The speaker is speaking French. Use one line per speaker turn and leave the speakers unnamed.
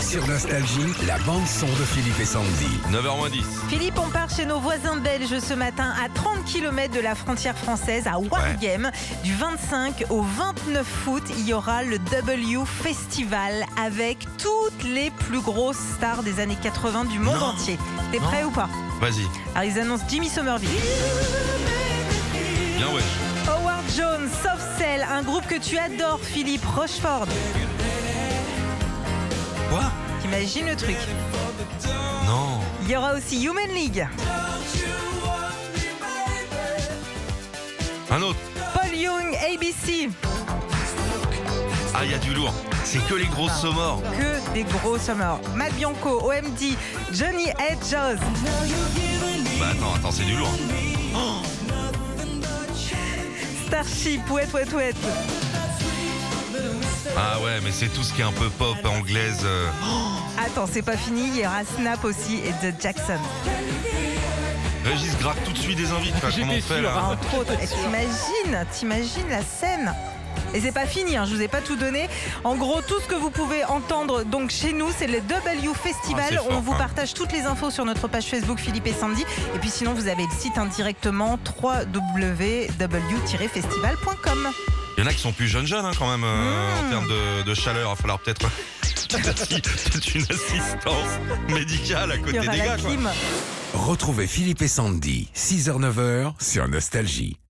Sur Nostalgie, la bande-son de Philippe et Sandy.
9h10.
Philippe, on part chez nos voisins belges ce matin à 30 km de la frontière française à Wargem. Du 25 au 29 août, il y aura le W Festival avec toutes les plus grosses stars des années 80 du monde
Non.
entier. T'es
Non.
prêt ou pas
Vas-y.
Alors ils annoncent Jimmy Somerville,
Bien wesh.
Howard Jones, Soft Cell, un groupe que tu adores Philippe, Rocheford.
Quoi
T'imagines le truc
Non.
Il y aura aussi Human League,
Un autre.
Paul Young, ABC,
Ah, il y a du lourd. C'est que les grosses somors.
que des gros sommeurs. Matt Bianco, OMD, Johnny Hedges.
Bah attends, attends, c'est du lourd.
Starship, ouette, ouette, ouette.
Ah ouais, mais c'est tout ce qui est un peu pop anglaise. euh.
Attends, c'est pas fini, il y aura Snap aussi et The Jackson.
Régis gratte tout de suite des invités. comment on fait là
Entre autres, Et t'imagines, t'imagines la scène et c'est pas fini, hein, je vous ai pas tout donné. En gros, tout ce que vous pouvez entendre donc chez nous, c'est le W Festival.
Ah, c'est fort,
On vous
hein.
partage toutes les infos sur notre page Facebook Philippe et Sandy. Et puis sinon, vous avez le site indirectement www.w-festival.com.
Il y en a qui sont plus jeunes jeunes hein, quand même euh,
Mm.
en termes de, de chaleur. Il va falloir peut-être peut-être une assistance médicale à
Il y
côté
aura
des
la
gars. Quoi.
clim.
Retrouvez Philippe et Sandy, 6h-9h, sur Nostalgie.